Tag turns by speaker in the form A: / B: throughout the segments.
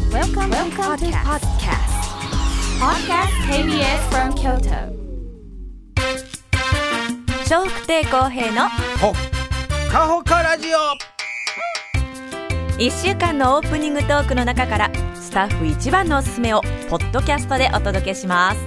A: Welcome to
B: Welcome, to podcast.
A: Podcast KBS from Kyoto.
B: 笑福亭公平の
C: ほっかほかラジオ
B: 1週間のオープニングトークの中からスタッフ一番のおすすめをポッドキャストでお届けします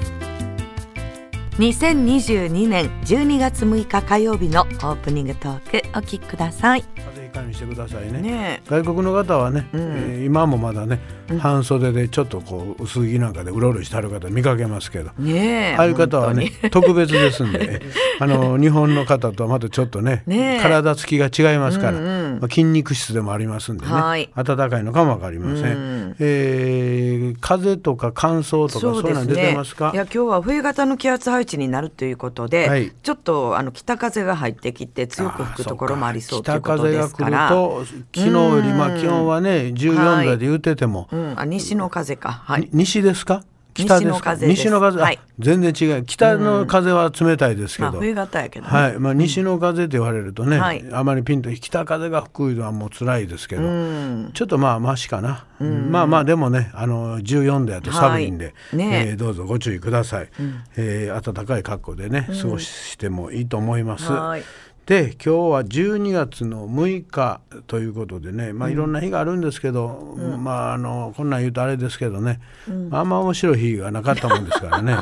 D: 2022年12月6日火曜日のオープニングトークお聞きください
C: 風邪いかにしてくださいね
D: ね
C: 外国の方はね、
D: ん
C: えー今もまだね、半袖でちょっとこう薄着なんかでうろうろしてはる方見かけますけど
D: えねえ
C: ああいう方はね
D: 本
C: 特別ですん であの日本の方とはまたちょっとね
D: ねえ
C: 体つきが違いますから、
D: うんうん
C: まあ、筋肉質でもありますんでね
D: はい
C: 暖かいのかもわかりません、
D: うん
C: えー風邪とか乾燥とか
D: 当
C: そ
D: に
C: うなん出てますか
D: いや今日は冬型の気圧配置になるということで、
C: はい
D: ちょっとあの北風が入ってきて強く
C: ああ
D: 吹く
C: そ
D: と
C: う
D: こ
C: か
D: ろもありそうということですか
C: 北
D: ら
C: 風が来ると昨日よりまあ気温はね14度で言ってても、
D: うん、あ西の風かはい
C: に西ですか北ですか
D: 西の風です
C: あ
D: はい
C: 全然違う北の風は冷たいですけ
D: ま
C: ど、
D: あ冬型やけど、ね
C: はいまあ、西の風って言われるとね、
D: はい
C: あまりピンと北風が吹くのはもう辛いですけど、ちょっとまあマシかな、まあまあでもねあの14度やと寒いんで、
D: はいね
C: えーどうぞご注意ください、えー暖かい格好でね過ごしてもいいと思います。
D: はい
C: で今日は12月の6日ということでね、まあ、いろんな日があるんですけど、まあ、あのこんなん言うとあれですけどね、あんま面白い日がなかったもんですから ね。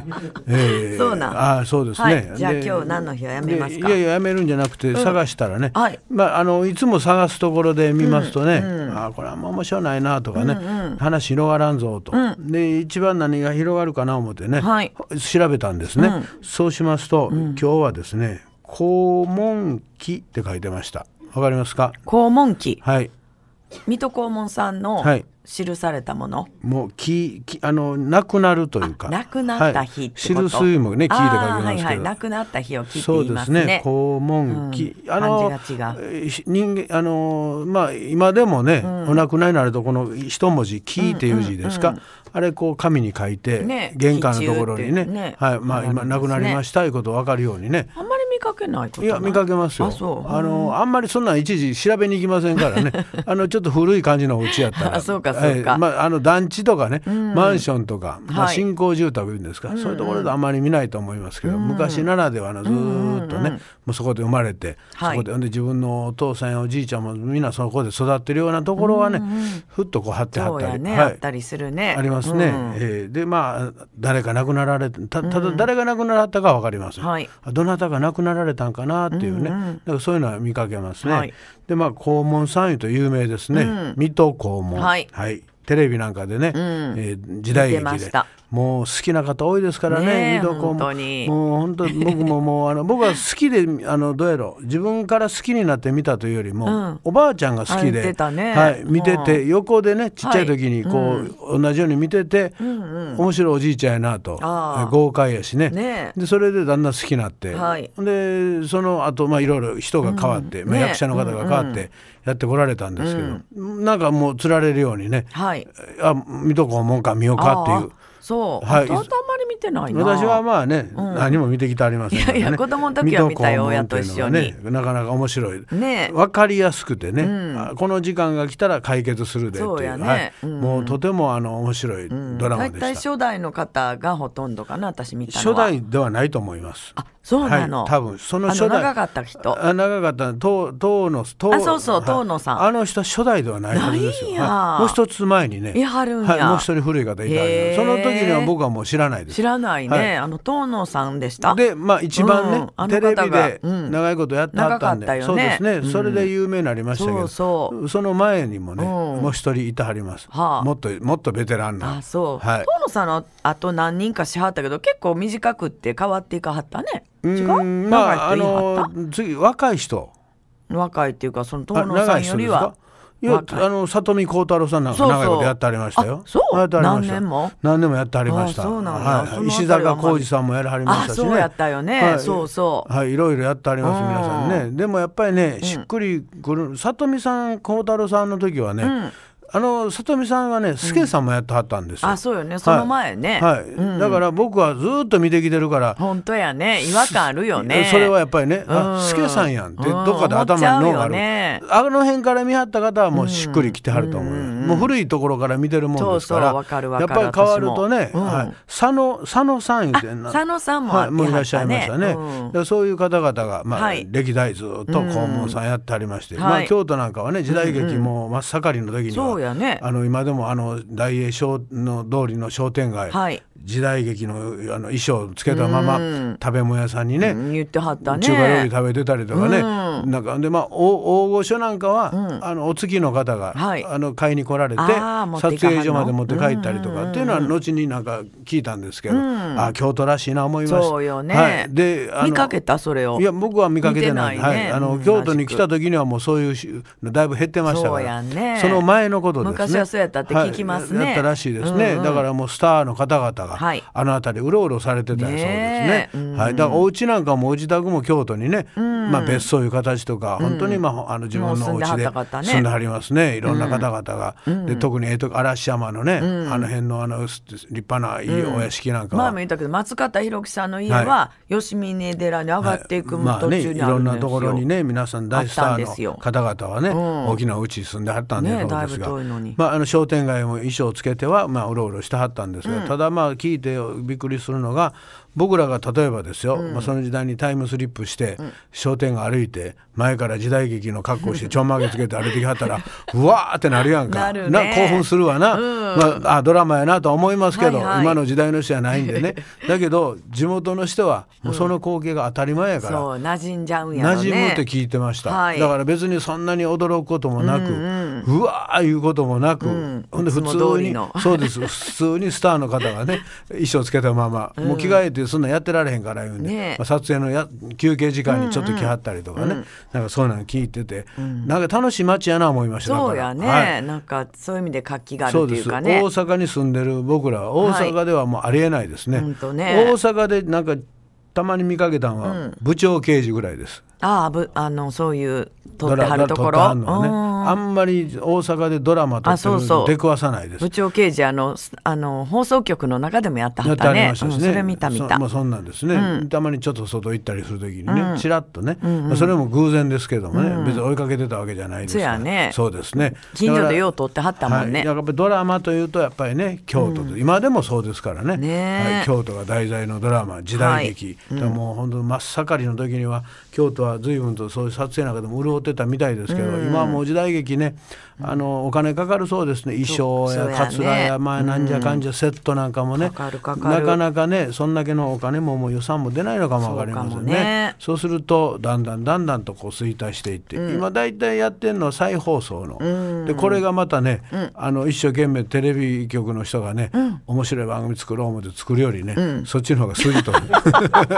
C: えー
D: そうなん
C: あーそうですね、
D: はいじゃあ
C: で
D: 今日何の日はやめますか
C: でいやいややめるんじゃなくて探したらね、
D: はい
C: まあ、あのいつも探すところで見ますとね、あーこれあんま面白ないなとかね、話広がらんぞと、で一番何が広がるかな思ってね、
D: はい
C: 調べたんですね、そうしますと、今日はですね「肛門期」って書いてましたわかりますか
D: 肛門期
C: はい
D: 水戸黄門さんの
C: はい
D: 記されたもの、
C: もう木木あのなくなるというか
D: なくなった日ってこと、
C: はい、知る水もね木で書き
D: あ
C: ま
D: ー
C: す
D: は
C: け
D: い
C: ど、
D: はい、なくなった日を切って
C: そう
D: 言い
C: で
D: ますすね
C: ね。肛門期、え
D: うん漢字が違う
C: ーし人間あのーまあ今でもね、お亡くなりになるとこの一文字「木」っていう字ですか、あれこう紙に書いて、
D: ね
C: 玄関のところにね
D: 木中ってね
C: はいまあ今亡くなりましたいうこと分かるようにね。
D: あんまり見かけないこと
C: い
D: い
C: や見かけますよ
D: あそう
C: あのーあんまりそんなん一時調べに行きませんからねあのちょっと古い感じのお家やったら
D: あそうかそうか
C: えーまあ、あの団地とかね、マンションとか、まあ、
D: はい
C: 新興住宅いうんですか、そういうところであんまり見ないと思いますけど、昔ならではのずーっとね、もうそこで生まれて、
D: はい
C: そこでほんで自分のお父さんやおじいちゃんもみんなそこで育ってるようなところはね、ふっとこう張っては
D: そ
C: っ
D: う
C: た
D: や
C: り、
D: ね、
C: は
D: あ
C: い
D: ったりするね
C: ありますね、
D: うん
C: えーでまあ誰か亡くなられたたただ誰が亡くなられたかは分かります、
D: はい
C: あどなたが亡くなられたんかなっていうね、だからそういうのは見かけますね、
D: はい
C: でまあ黄門三位と有名ですね、水戸黄門
D: はい
C: テレビなんかでね、えー時代劇
D: 見てま
C: で
D: した
C: もう好きな方多いですからね
D: ねえ
C: 水戸黄門
D: 本当に
C: もう本当僕ももうあの僕は好きであのどうやろう自分から好きになって見たというよりも、
D: ん
C: おばあちゃんが好き
D: あ言っ
C: で
D: て、たね
C: はい、見てて、横でねちっちゃい時にこう、同じように見てて、面白いおじいちゃんやなと
D: あー
C: 豪快やしね
D: ねえ
C: でそれでだんだん好きになって、
D: はい
C: でその後、まあいろいろ人が変わって、
D: うん
C: まあ
D: ねえ
C: 役者の方が変わってやってこられたんですけど、なんかもうつられるようにね
D: はい
C: 「あ見とこうもんか見ようか」っていう
D: あ。ーそう、
C: はい
D: 弟あんまり見てないな
C: 私はまあね、何も見てきてありませんからね
D: いやいや子供の時は見たよ
C: 水戸黄門っていうのは
D: 親と
C: ね、なかなか面白い、
D: ねえ
C: 分かりやすくてね、あこの時間が来たら解決するでってい
D: そうやね
C: はい
D: うん
C: もうとてもあの面白いドラマ
D: 大
C: で
D: 体
C: した、
D: 初代の方がほとんどかな私見たの
C: 初
D: は
C: 代ではないと思います
D: あそうなの、
C: はい、多分その
D: あ
C: 初代
D: 長かった人
C: あ長かった唐唐の唐
D: あそうそう
C: はい
D: 唐野さん
C: あの人は初代ではないはずですよ
D: ないんや
C: はいもう一つ前にね
D: いはるんや
C: い、もう一人古い方いたんで
D: へー
C: その時には僕はもう知らないです
D: 知らないね、
C: はい
D: あの東野さんでした
C: でまあ一番ね、
D: うんあの
C: テレビ
D: 方が
C: で
D: うん
C: 長いことやってはったんで、
D: 長かったよね
C: そうですね、
D: うん
C: それで有名になりましたけど
D: そうそ
C: の前にもね、
D: うん
C: もう一人いてはります、
D: はあ
C: もっともっとベテランな
D: あそう、
C: はい
D: 東野さんのあと何人かしはったけど結構短くって変わっていかはったね
C: う
D: 違う
C: ーんまあ
D: 長
C: あ
D: いって言いはった
C: の次若い人
D: 若いっていうかその
C: あ
D: 東野さ
C: 長い
D: んよ
C: 人
D: り
C: ですか
D: はい
C: や
D: 若い
C: あの里見幸太郎さんなんか
D: そうそう
C: 長いことやってありましたよ
D: あそう
C: やってはりました
D: 何年も
C: 何年もやってありました
D: あそうなんやその
C: は
D: 辺
C: い、
D: りは
C: 石坂浩二さんもやらはりましたしね
D: あそうやったよねそうそう
C: はいいろいろやってあります
D: うん
C: 皆さんねでもやっぱりねしっくりくる、里見さん幸太郎さんの時はね、あの里見さんがね助さんもやってはったんですよ、
D: あそうよねその前ね
C: はい、だから僕はずーっと見てきてるから
D: 本当やね違和感あるよね
C: それはやっぱりね、あ
D: うん
C: スケさんやんって、
D: うん
C: どっかで頭に脳があ
D: 思っちゃ
C: る。
D: うよね
C: あの辺から見張った方はもうしっくりきてはると思います。
D: うんうんうん
C: もう古いところから見てるもんですから
D: そうそうわかるわかる
C: やっぱり変わるとね、
D: 私もうん
C: はい、佐野佐野さん言うてんな
D: あ佐野さんも
C: はい、もうい
D: や
C: ら
D: っ
C: っしゃ
D: た
C: い
D: ね
C: ましたね、
D: うん
C: でそういう方々が、まあ
D: はい
C: 歴代ずっと黄門さんやってありまして、
D: うん
C: ま
D: は
C: あ、
D: い
C: 京都なんかはね時代劇も真っ盛りの時には、
D: そうやね
C: あの今でもあの大栄商の通りの商店街、
D: はい
C: 時代劇のあの衣装をつけたまま、
D: うん
C: 食べ物屋さんにね、
D: うん言ってはったね
C: 中華料理食べてたりとかね、
D: う
C: なんかでまあお大御所なんかは、あのお月の方が、
D: はい
C: あの買いに来られて
D: あー持って
C: 撮
D: いかはんの
C: 影所まで持って帰ったりとかっていうのは後になんか聞いたんですけど、あー京都らしいな思いました。
D: そうよね、
C: はい、であの
D: 見かけたそれを
C: いや僕は見かけてない
D: 見てないね
C: はい、あの
D: うん
C: 京都に来た時にはもうそういうしだいぶ減ってましたから
D: そうやね
C: その前のことですね
D: 昔はそうやったって聞きますね
C: はいやったらしいですね、
D: うんうん
C: だからもうスターの方々が、
D: はい
C: あの辺りうろうろされてたそうです
D: ね
C: ね
D: えうん
C: はい、だからお家なんかもお自宅も京都にね、まあ、別荘いう形とか本当に、まあ、あの自分のお
D: もう住ん
C: 家
D: で
C: で
D: はった方ね
C: 住んではりますねいろんな方々が、で特にえっと嵐山のね、あの辺のあのす立派ないいお屋敷なんかは、
D: 前も言ったけど松方弘樹さんの家
C: は
D: は吉峰寺に上がっていく
C: まあ
D: 途
C: ね、
D: 中
C: い
D: にある
C: ろ
D: ん
C: ん
D: ですよ、
C: なところにね皆さん大ス
D: あった
C: タ
D: んです
C: ー
D: よ
C: の方々はね、大きなお家に住んではったんで
D: ね
C: そうですが、
D: だいぶ遠いのに
C: まあ、あの商店街も衣装をつけては、まあ、うろうろしてはったんですが、ただまあ聞いてびっくりするのが僕らが例えばですよ、まあ、その時代にタイムスリップして、商店街歩いて前から時代劇の格好してちょんまげつけて歩いてきはったらうわーってなるやんか
D: なるね
C: 興奮するわな、まあ、あドラマやなとは思いますけど、
D: はいはい
C: 今の時代の人じゃないん でねだけど地元の人はもうその光景が当たり前やから、
D: そう馴染んじゃうんやろね
C: 馴染むって聞いてました、
D: はい
C: だから別にそんなに驚くこともなく、うわーいうこともなく、ほんで普
D: いつも通
C: 通
D: り
C: に
D: の
C: そうです普通にスターの方が ね衣装つけたまま、もう着替えてそんなんやってられへんから言うんで、
D: ねえ
C: まあ撮影のや休憩時間にちょっと来はったりとかね、なんかそうなの聞いてて、なんか楽しい街やな思いましただから
D: そうやね、
C: はい
D: なんかそういう意味で活気がある
C: そ
D: っ
C: う
D: て
C: で
D: いう
C: す
D: かね
C: 大阪に住んでる僕らは大阪ではもうありえないですね,、
D: ほんとね
C: 大阪でなんかたまに見かけたのは部長刑事ぐらいです、
D: ああぶあのそういう
C: ド
D: 撮って
C: ラ
D: はるとこ
C: 撮って
D: ろ、
C: はんのはね
D: うん
C: あんまり大阪でドラマ撮
D: あ
C: って
D: そう
C: る
D: そ
C: の
D: う
C: 出くわさないです
D: 部長刑事あのすあの放送局の中でもやったはったね
C: やってありましたしね、
D: うんそれ見た見た
C: そまあ、そんなんですね、たまにちょっと外行ったりするときにね、ちらっとね、まあ、それも偶然ですけどもね、別に追いかけてたわけじゃないですから
D: そうやね
C: そうですね
D: 近所
C: だか
D: で
C: ら
D: よう撮ってはったもん
C: は
D: ね、
C: い、やっぱりドラマというとやっぱりね京都と、今でもそうですからね
D: ねえ
C: はい、京都が題材のドラマ時代劇、でももう本当真っ盛りの時には京都は随分とそういう撮影なんかでも潤ってたみたいですけど、今はもう時代劇ねあのお金かかるそうですね衣装
D: そ
C: や
D: うそうやね
C: かつらや、まあ、なんじゃかんじゃセットなんかもね、
D: かかるかかる
C: なかなかねそんだけのお金ももう予算も出ないのかもわかりませ
D: そうんかも
C: ね
D: ね
C: そうするとだんだんだんだんとこう衰退していって、今大体やってるのは再放送の、でこれがまたね、あの一生懸命テレビ局の人がね、面白い番組作ろう思って作るよりね、そっちの方が筋 とる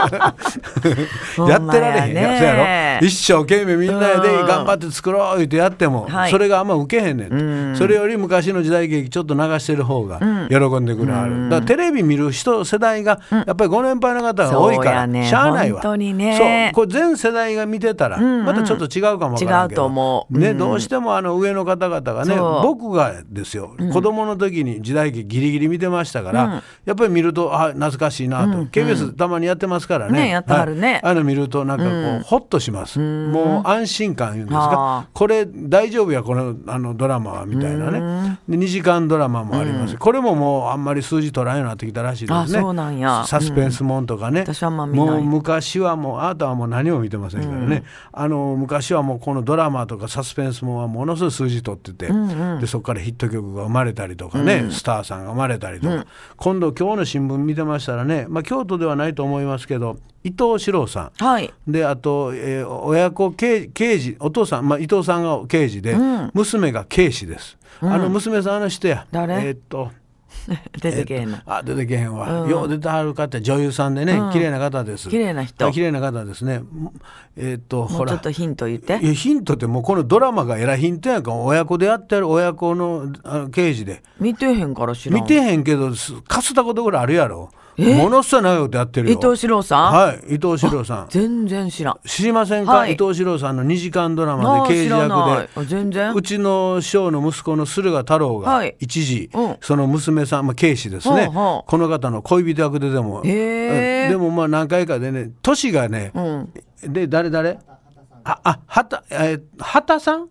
C: や
D: ほんまや
C: っ
D: ね
C: てられへんやつやろ一生懸命みんなで
D: うん
C: 頑張って作ろう言ってやっても、
D: はい
C: それがあんま受けへんねん、それより昔の時代劇ちょっと流してる方が喜んでくれはる、だからテレビ見る人世代がやっぱりご年配の方が多いか
D: そうや
C: ら、
D: ね
C: しゃあないわ
D: 本当にね
C: そうこれ全世代が見てたらまたちょっと違うかもわからんけど
D: 違うと思う
C: ね、
D: うん
C: どうしてもあの上の方々がね
D: そう
C: 僕がですよ子供の時に時代劇ギリギリ見てましたから、やっぱり見るとあ懐かしいなと、KBS たまにやってますからね
D: ねやってはるね
C: はいあの見るとなんかこう、ほっとしますもう安心感言うんです
D: あ
C: かこれ大丈夫やこのあのドラマはみたいなねで2時間ドラマもあります、これももうあんまり数字取らんようになってきたらしいですね
D: あそうなんや
C: サスペンスもんとかね、
D: 私はあんま見ない
C: もう昔はもうあなたはもう何も見てませんからね、あの昔はもうこのドラマとかサスペンスもんはものすごい数字取ってて、でそこからヒット曲が生まれたりとかね、スターさんが生まれたりとか、今度今日の新聞見てましたらね、まあ、京都ではないと思いますけど伊藤四郎さん
D: はい
C: であと、えー親子刑刑事お父さん、まあ、伊藤さんが刑事で、娘が警視です、あの娘さんあの人や
D: 誰
C: えーっと
D: 出てけえな、
C: あ出てけへんわ、よう出てはる方女優さんでね、綺麗な方です
D: 綺麗な人
C: はい綺麗な方ですねもえーっと
D: も
C: ほ
D: うちょ
C: ら
D: っとヒント言って
C: いやヒントってもうこのドラマがえらいヒントやんか親子でやってる親子のあの刑事で
D: 見てへんから知らん
C: 見てへんけどすかすったことぐらいあるやろものすごい長いことやってる
D: 伊
C: よ
D: 藤四郎さん、
C: はい伊藤四郎さん
D: 全然知らん
C: 知りませんか、
D: はい
C: 伊藤四郎さんの2時間ドラ
D: あ
C: マ
D: あ
C: で刑
D: 知
C: 事
D: らない
C: 役
D: あ
C: で
D: 全然
C: うちの師匠の息子の駿河太郎
D: は
C: が
D: い
C: 一時、
D: うん
C: その娘さん、まあ、警視ですね、
D: ほうほう
C: この方の恋人役ででも、
D: へえ
C: うんでもまあ何回かでね年がね、
D: ん
C: で誰誰ああはたえーはたさん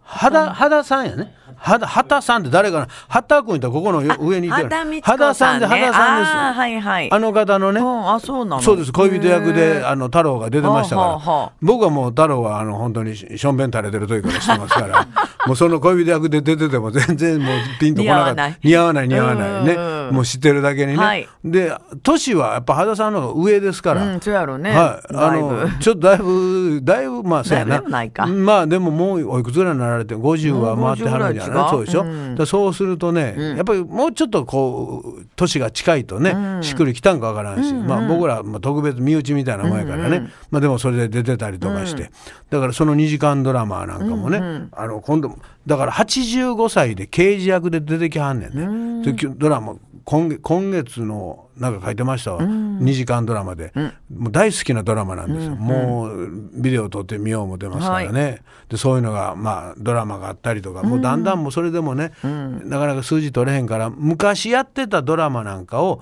C: はだはださんやねはだ畑さんって誰かな畑君いたらここのよ上にいてる
D: 畑道子さ
C: 畑さん
D: んね。
C: で畑さんです
D: あー
C: あ,、
D: はいはい。
C: の方のね、
D: うん、あ、そうなの。
C: そうです恋人役であの太郎が出てましたから、
D: はあはあはあ
C: 僕はもう太郎はあの本当にししょんべん垂れてる時からしてますからもうその恋人役で出てても全然もうピンとこなかった似合わない似合わないね
D: うん
C: もう知ってるだけにね、
D: はい
C: で年はやっぱ羽田さんの方が上ですから、
D: うん、そうやろうね。
C: はい、あ
D: だいぶ
C: のちょっとだいぶだいぶまあそうや
D: だ
C: な
D: いぶでもないか
C: まあでももうおいくつぐらいになられて50は
D: もう
C: 回ってはるんじゃない
D: 50
C: そうでしょ、
D: う
C: うんそうするとね、やっぱりもうちょっとこう年が近いとね、しっくりきたんかわからんし、まあ、僕らまあ特別身内みたいなもんやからね、まあ、でもそれで出てたりとかして、だからその2時間ドラマなんかもね、あの今度だから85歳で刑事役で出てきはんねんね。できドラマ今月今月のなんか書いてましたわ、2時間ドラマで、もう大好きなドラマなんですよ、もうビデオ撮ってみようも出ますからね、でそういうのが、まあ、ドラマがあったりとか、もうだんだんもうそれでもね、なかなか数字取れへんから昔やってたドラマなんかを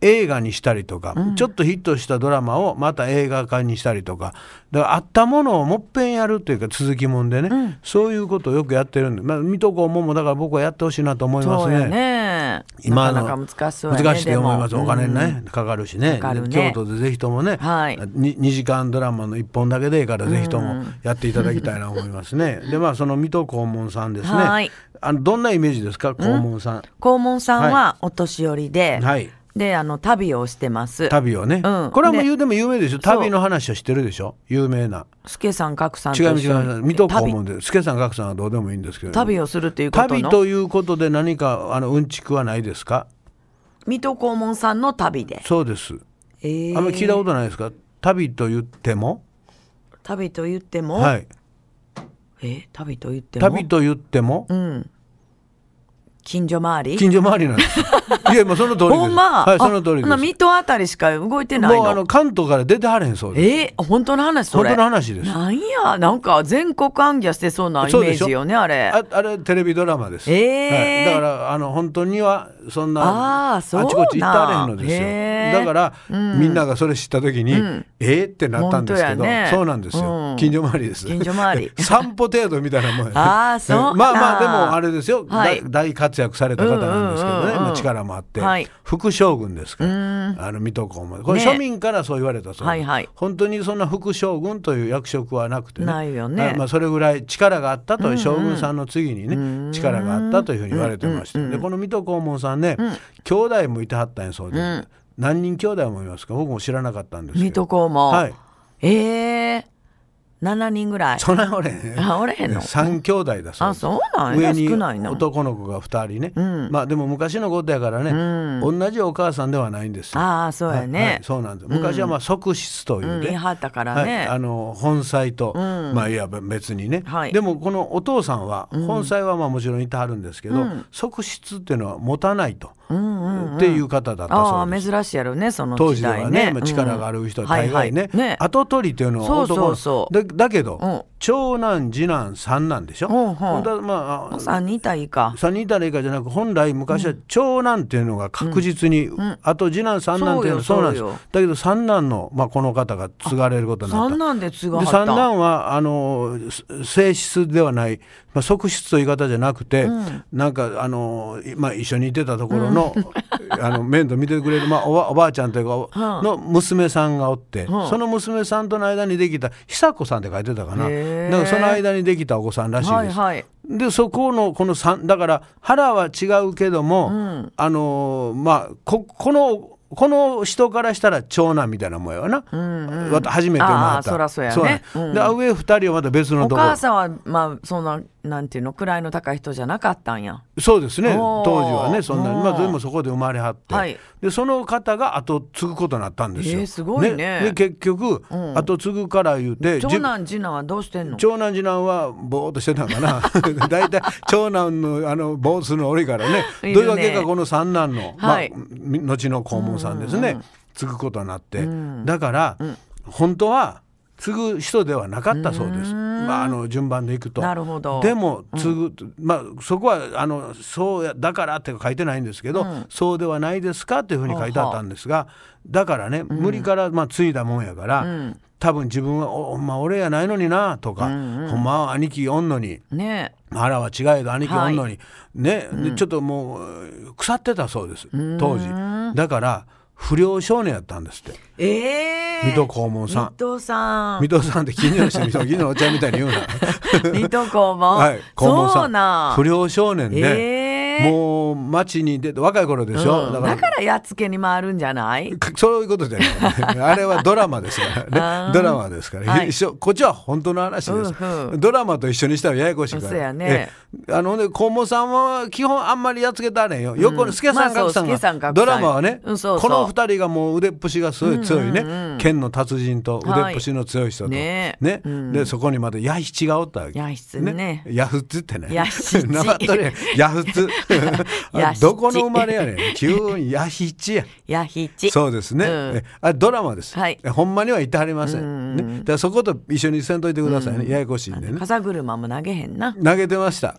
C: 映画にしたりとか、ちょっとヒットしたドラマをまた映画化にしたりとかだからあったものをもっぺんやるというか続きもんでね、そういうことをよくやってるんで、まあ、水戸黄門もだから僕はやってほしいなと思います
D: そうや
C: ね。
D: ね。
C: 今の
D: なかなか難しそうやね。
C: 難しいと思います
D: でも
C: お金ね、かかるしね
D: かかるね
C: 京都でぜひともね、
D: はい
C: に 2, 時間ドラマの1本だけでいいからぜひともやっていただきたいな思います ね、でまあその水戸黄門さんですね、
D: はい
C: あのどんなイメージですか黄門さん、
D: 黄門さんはお年寄りで、
C: はい
D: で、あの、旅をしてます。
C: 旅をね、
D: うん
C: これはもう
D: で
C: 言うでも有名でしょ
D: そう
C: 旅の話は知ってるでしょ有名な
D: 助さん、格さん
C: 違
D: と
C: い
D: 一緒
C: ます違いま
D: に
C: す水戸黄
D: 旅
C: 門で助さん岳さんはどうでもいいんですけど
D: 旅をするということ
C: 旅
D: の
C: ということで何かあのうんちくはないですか
D: 水戸黄門さんの旅で、
C: そうです
D: えー
C: あんまり聞いたことないですか旅と言っても
D: 旅と言っても、
C: はい
D: えー旅と言っても
C: 旅と言っても
D: うん、近所周り
C: 近所周りなん ですよいやもうその通りです
D: ほんま、
C: はいその通り
D: あ
C: で
D: ほ
C: す
D: な水戸あたりしか動いてない
C: もうあ
D: の
C: の関東から出てはれへんそうです
D: えー、本当の話そ
C: 本
D: れ
C: 当の話です
D: なんやなんか全国暗記してそうなイメ
C: そうで
D: ー
C: しょ
D: ジよねあれ
C: ああれテレビドラマです、
D: えー
C: はいだからあの本当にはそんな
D: あーそうなん
C: ちこち行ったあれへんのですよ、
D: へー
C: だから、みんながそれ知った時に、えーってなったんですけ
D: 本
C: ど、
D: 当やね
C: そうなんですよ、
D: うん
C: 近所回りです
D: 近所回り
C: 散歩程度みたいなもんやね
D: あーそうなん
C: まあまあでもあれですよ、
D: はい
C: だ大活躍された方なんですけどね、
D: うんうんうんうん
C: まあ、力もあって、
D: はい
C: 副将軍ですから、あの水戸黄門これ
D: ね
C: 庶民からそう言われたそうです、
D: はいはい
C: 本当にそんな副将軍という役職はなくてね
D: ないよね
C: あまあ、それぐらい力があったという将軍さんの次にね、力があったというふうに言われてました、でこの水戸黄門さんね、兄弟もいてはったんやそうです、何人兄弟もいますか僕も知らなかったんですけ
D: 水
C: ど
D: 戸黄門、
C: はい
D: えー、7人ぐらい
C: そんな俺ね
D: あおれへんの
C: 三兄弟だそう
D: あ
C: です
D: そうなん
C: 上
D: や
C: に
D: 少ないな
C: 男の子が2人ね、まあでも昔のことやからね、同じお母さんではないんですよ
D: ああそうやね、
C: はいはいそうなんです昔はまあ側室といううんね、
D: 言い張ったからね
C: はいあの本妻と、まあいわば別にね、
D: はい
C: でもこのお父さんは本妻はまあもちろんいてはるんですけど、側室っていうのは持たないと、っていう方だった
D: あ
C: そ
D: あ
C: うです。
D: 珍しいやろねその
C: 当時
D: 時
C: では
D: 代
C: ね、
D: ね
C: まあ力がある人は大概ね,、
D: うんはいはいね
C: 後取りというのは男の
D: そうそうそう
C: だだけど、
D: うん
C: 長男次男三男でしょ、
D: ほうほう
C: 本当はまああ
D: 3人いたらいいか
C: 三人いたらいいかじゃなく本来昔は長男っていうのが確実に、あと次男三男っていうのはそ
D: そ
C: うう
D: よ
C: なんです
D: そうよ
C: だけど三男の、まあ、この方が継がれることになった
D: 三男で継が
C: で
D: はっ
C: 三
D: た
C: 男はあのす正室ではない、まあ、側室という言い方じゃなくて、なんかあの、いまあ、一緒にいてたところの,、 あの面倒見てくれる、まあ、おばおばあちゃんというか、おの娘さんがおって、その娘さんとの間にできた久子さんって書いてたかなだか
D: へー
C: らその間にできたお子さんらしいです。
D: はいはい
C: でそこのこの3だから腹は違うけども、あのーまあここのこの人からしたら長男みたいなもんやわな、わた初めて生ま
D: あー
C: れた
D: そらそうやね
C: なんで上2人はまた別の
D: お
C: ところ
D: 母さんはまあそんななんていうの位の高い人じゃなかったんや
C: そうですね
D: お
C: 当
D: ー
C: 時はねそんな
D: うん
C: まあでもそこで生まれはって、
D: はい
C: でその方が後継ぐことになったんですよ、
D: えーすごいね
C: で結局、後継ぐから言うて
D: 長男次男はどうしてんの
C: 長男次男はぼーっとしてたんか な大体長男のあのぼーっとするの多いからね
D: いるね
C: どういうわけかこの三男の、
D: はい
C: まあ、み後の黄門さんですね、継ぐことになって、だから、本当は継ぐ人ではなかったそうです、まあ、あの順番でいくと。
D: なるほど
C: でも継ぐ、まあ、そこはあのそうやだからって書いてないんですけど、そうではないですかというふうに書いてあったんですがだからね無理から、まあ、継いだもんやから、多分自分はお「ほんま俺やないのにな」とか、ほんまは兄貴おんのに」
D: ねえ
C: あらは違えど兄貴おんのに、ね、でちょっともう腐ってたそうです当時だから不良少年やったんですって
D: ええ
C: 水戸黄門さん
D: 水戸さん
C: 水戸さんって近所の人水戸近所のお茶みたいに言うな
D: 水戸黄門、
C: はい黄門
D: そ
C: さ
D: うなん
C: ん不良少年で、
D: ええ
C: もう街に出て若い頃でしょ、
D: うん
C: だ
D: だ
C: から
D: からやっつけに回るんじゃない
C: かそういうことじゃ ない。あれはドラマですからね。ドラマですから。
D: はい
C: 一緒こっちは本当の話です、
D: うんう
C: ドラマと一緒にしたらややこしいから。
D: そうやね
C: ええあのね、黄門さんは基本あんまりやっつけたれんよ。横の助さ
D: まあ
C: ん、
D: そう
C: 格さん
D: 助さん
C: が。
D: 格さ
C: ド
D: ん
C: ラマはね、
D: うんそうそう
C: この二人がもう腕っぷしがすごい強いね。剣の達人と腕っぷしの強い人と。
D: はいねえ
C: で、そこにまた弥七がおったわけ。
D: 弥七ね
C: 弥七ってね。
D: 弥七
C: 名前取れやん。弥七
D: 弥七
C: どこの生まれやねん。急に弥七や。
D: やひち
C: そうですね。
D: うん
C: えあドラマです、
D: はい
C: えほんまにはいてはりません。ね、だからそこと一緒にせんといてくださいね。ややこしいんでね。
D: 風車も投げへんな
C: 投げてました。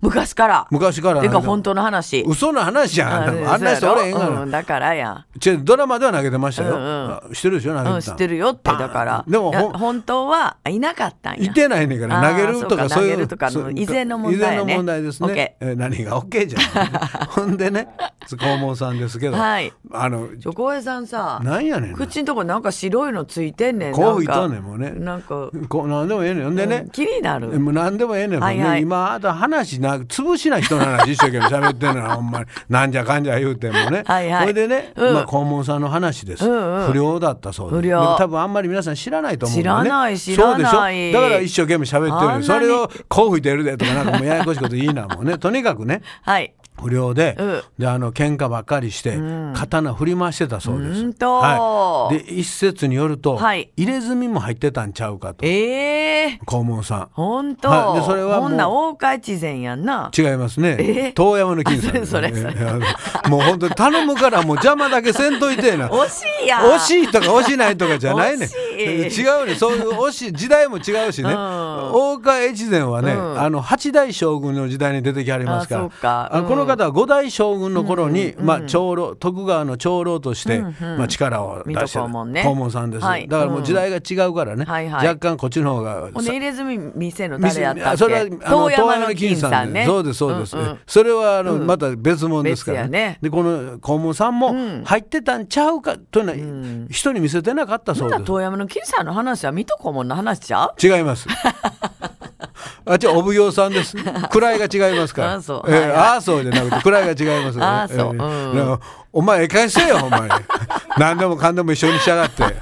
D: 昔から
C: 昔から投
D: て
C: げて
D: か本当の話
C: 嘘の話やん。あんなあんな人おれへんから。
D: うんだからや
C: 違うドラマでは投げてましたよ。
D: うんうん
C: あ知ってるでしょ投げてた
D: う
C: の、
D: ん、知ってるよって
C: パーン
D: だから
C: でも
D: いや
C: ほん
D: 本当はいなかったんや
C: いてないねんから
D: あ
C: 投
D: ー
C: げるとか
D: そうか
C: そういう
D: 投げるとかの
C: そう
D: 以前の問題ね
C: 以前の問題ですね。え何が OK じゃ ん。ほんでね、黄門さんですけど、
D: はい
C: あの
D: ちょこえさんさ
C: なんやねんな。
D: 口んとこなんか白いのついてんねん
C: こうい
D: な
C: た
D: んか
C: ねんもうね。
D: なんか
C: こうなんでもええねん。ほんでね、
D: うん気になる
C: えもう何でもええねんもんね、
D: はいはい
C: 今あなた話な潰しない人の話一生懸 命喋ってんのよほんまになんじゃかんじゃ言うてもね
D: はいはい
C: これでね、
D: うん
C: まあ、黄門さんの話です、
D: うんうん
C: 不良だったそうです
D: 不良
C: で多分あんまり皆さん知らないと思うんだよね
D: 知らない知らない
C: そうでしょだから一生懸命喋ってる
D: あんな
C: よ
D: に
C: それをこう吹いてるでとかなんかもうややこしいこといいなもう ねとにかくね
D: はい
C: 不良で、
D: うん
C: であの喧嘩ばっかりして、刀振り回してたそうです。
D: うんと
C: はい、で一説によると、
D: はい
C: 入れ墨も入ってたんちゃうかと
D: ええ
C: 黄門さん。
D: 本当、
C: はいでそれはもう
D: こんな大海知善やんな
C: 違いますね
D: え。
C: 遠山の金さん、ね。
D: それそれそれ
C: いやもう本当に頼むからもう邪魔だけせんといて えな。
D: 惜しいや
C: 惜しいとか惜しないとかじゃ ないね。
D: 惜しい
C: 違うね。そういう惜しい時代も違うしね。
D: うん
C: 大岡越前はね、
D: うん
C: あの八代将軍の時代に出てきはりますから。
D: あそうか
C: あ
D: うん
C: この方は五代将軍の頃に、まあ長老徳川の長老として、まあ力を出して
D: 水戸黄門ね
C: さんです、
D: はい
C: だからもう時代が違うからね。
D: はいはい
C: 若干こっちの方が
D: ほんで入れ墨店の誰
C: 店
D: やったっけ
C: それはあの遠山の金さんねそうですそうです、
D: んん
C: それはあの、また別物ですから、
D: 別やね
C: でこの黄門さんも入ってたんちゃうかというのは、人に見せてなかったそう
D: ま
C: です、
D: だ遠山の金さんの話は水戸黄門の話ちゃう
C: 違い ますあじゃあお奉行さんです位が違いますから
D: あそう
C: えー
D: はいはい
C: あーそうじゃなくて位が違いますから
D: あーそううん
C: だからお前ええ返せよほんま に何でもかんでも一緒にしやがってね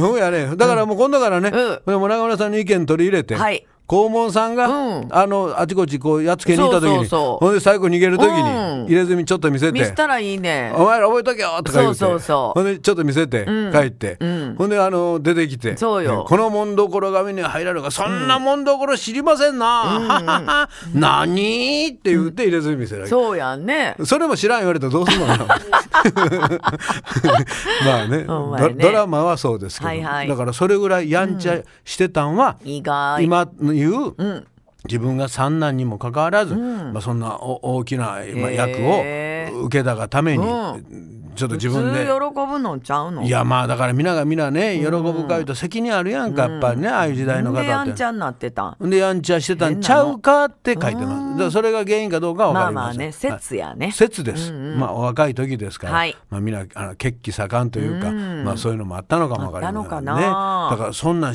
C: ほんやねだからもう今度からね、
D: うん
C: これも中村さんの意見取り入れて、
D: はい
C: 黄門さんが、
D: うん
C: あのあちこちこうやっつけに行った時に
D: そうそうそう
C: ほんで最後逃げる時に、
D: うん
C: 入れ墨ちょっと見せ
D: 見せ
C: て
D: たらいいね
C: お前ら覚えとけよとか言うて
D: そうそうそう
C: ほんでちょっと見せて、帰って、ほんであの出てきて
D: そうよ
C: この門所が目に入られるかそんな門所知りませんな、 何って言って入れ墨見せられる、
D: そうやんね
C: それも知らん言われたらどうすんの かなまあね
D: ほんまや
C: ド
D: ね
C: ドラマはそうですけど、
D: はいはい
C: だからそれぐらいやんちゃしてたんは、
D: 意外
C: 今の言う、自分が三男にもかかわらず、まあ、そんなお大きな、まあ、役
D: へ
C: を受けたがために、ちょっと自
D: 普
C: 分
D: 通
C: で。
D: 喜ぶのちゃうの
C: いやまあだから皆が皆ね喜ぶかいうと責任あるやんか、やっぱりねああいう時代の方
D: なん
C: っ
D: で
C: て。
D: やんちゃになってたん
C: でやんちゃしてたんちゃうかって書いてます。だからそれが原因かどうかは分
D: ま
C: か
D: あ
C: り
D: ま
C: ま
D: あ
C: せん。
D: ね説やね
C: 説です、まあお若い時ですから、
D: はい
C: まあみんなあの血気盛んというか、まあそういうのもあったのかもわかりませんね。
D: あったのかな
C: だからそんな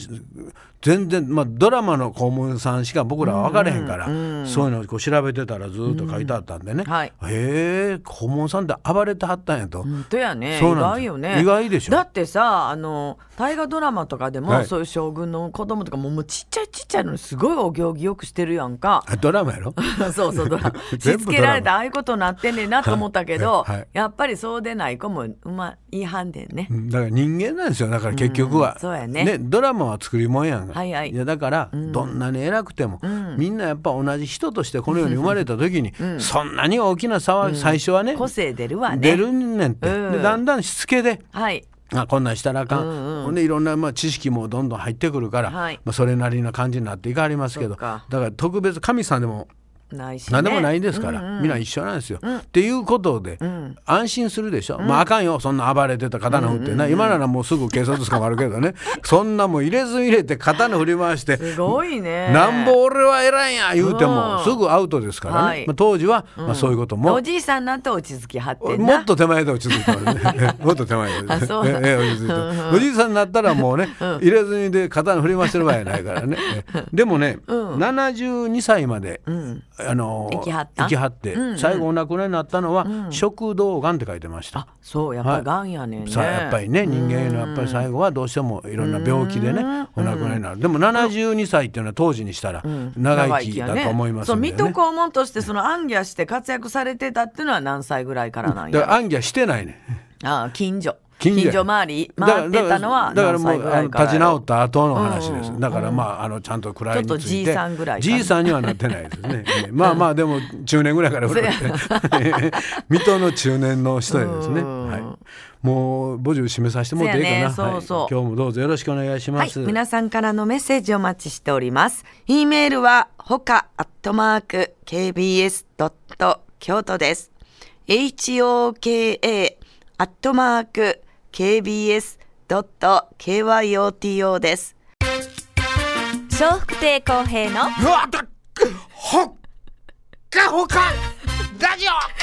C: 全然まあドラマの顧問さんしか僕らは分かれへんから、そういうのをこう調べてたらずっと書いてあったんでね。
D: うんはい
C: へえ顧問さんって暴れてはったんやと。
D: 本当やね意
C: そうなんです
D: 外よね
C: 意外でしょ
D: だってさあの大河ドラマとかでも、
C: はい
D: そういう将軍の子供とかももうちっちゃいちっちゃいのにすごいお行儀よくしてるやんか
C: あドラマやろ。
D: そうそうドラマ
C: 全部
D: しつ
C: ドラマ
D: けられたああいうことになってんねんなと思ったけど、
C: はいはい
D: やっぱりそうでない子もうまいいはんでんね
C: うんだから人間なんですよだから結局は、
D: うんそうやね
C: ドラマは作り物やんか、
D: はいはい
C: やだから、どんなに偉くても、みんなやっぱ同じ人としてこの世に生まれた時に、そんなに大きな騒ぎ、最初はね
D: 個性出るわね
C: 出るねんって、
D: うん
C: でだんだんしつけで
D: はい
C: あこんなんしたらあかん、
D: うんうん
C: ほんでいろんな、まあ、知識もどんどん入ってくるから、
D: はい
C: まあ、それなりな感じになっていかはりますけ
D: そ
C: ど
D: うか
C: だから特別神さんでも
D: ないし、ね、
C: 何でもないですから、
D: うん
C: 皆一緒なんですよ。っていうことで、安心するでしょ、まああかんよそんな暴れてた刀振ってな、今ならもうすぐ警察捕まるけど ねそんなもん入れず入れて刀振り回して
D: すごいね
C: なんぼ俺は偉いんや言うても、
D: うん
C: すぐアウトですからね、
D: はい
C: まあ、当時は、まあ、そういうことも
D: おじいさんなんて落ち着きはってんな
C: もっと手前で落ち着いてます ね。もっと手前で。
D: あそう
C: ええええ落ち着いてますおじいさんになったらもうね、入れ墨で刀振り回してる場合やないからね。ええでもね、72歳まで、あの
D: 生きはった
C: 生きはって、最後お亡くなりになったのは、食道がんって書いてました。
D: そうやっぱがんやねんね、
C: さあやっぱりね人間のやっぱり最後はどうしてもいろんな病気でねお亡くなりになるでも72歳っていうのは当時にしたら長生きだと思います
D: そうん
C: で
D: 水
C: ね
D: 戸黄門としてその暗記して活躍されてたっていうのは何歳ぐらいからなん
C: だから
D: や。
C: 暗記はしてないね
D: ああ近所
C: 近所や
D: 回り
C: だから
D: 回ってたのは
C: だから
D: 何
C: だか
D: 歳
C: らもうあの立ち直
D: ぐらいから。
C: った後の話です、
D: うん
C: だからまああのちゃんと位について
D: ちょっとじいさんぐらいか
C: じいさんにはなってないですねええまあまあでも中年ぐらいから振 られて 水戸の中年の人ですね、
D: うん
C: はい、もう母樹締めさせてもらっていいかな、
D: そうやねそうそう
C: はい、今日もどうぞよろしくお願いし
D: は
C: ま
D: い
C: す、
D: 皆さんからのメッセージお待ちしております。e メールはほかアットマーク kbs ドット京都です。h o k a アットマーク kbs ドット k y o t o です。
B: 笑福亭公平の
C: うわだっほっかほかラジオ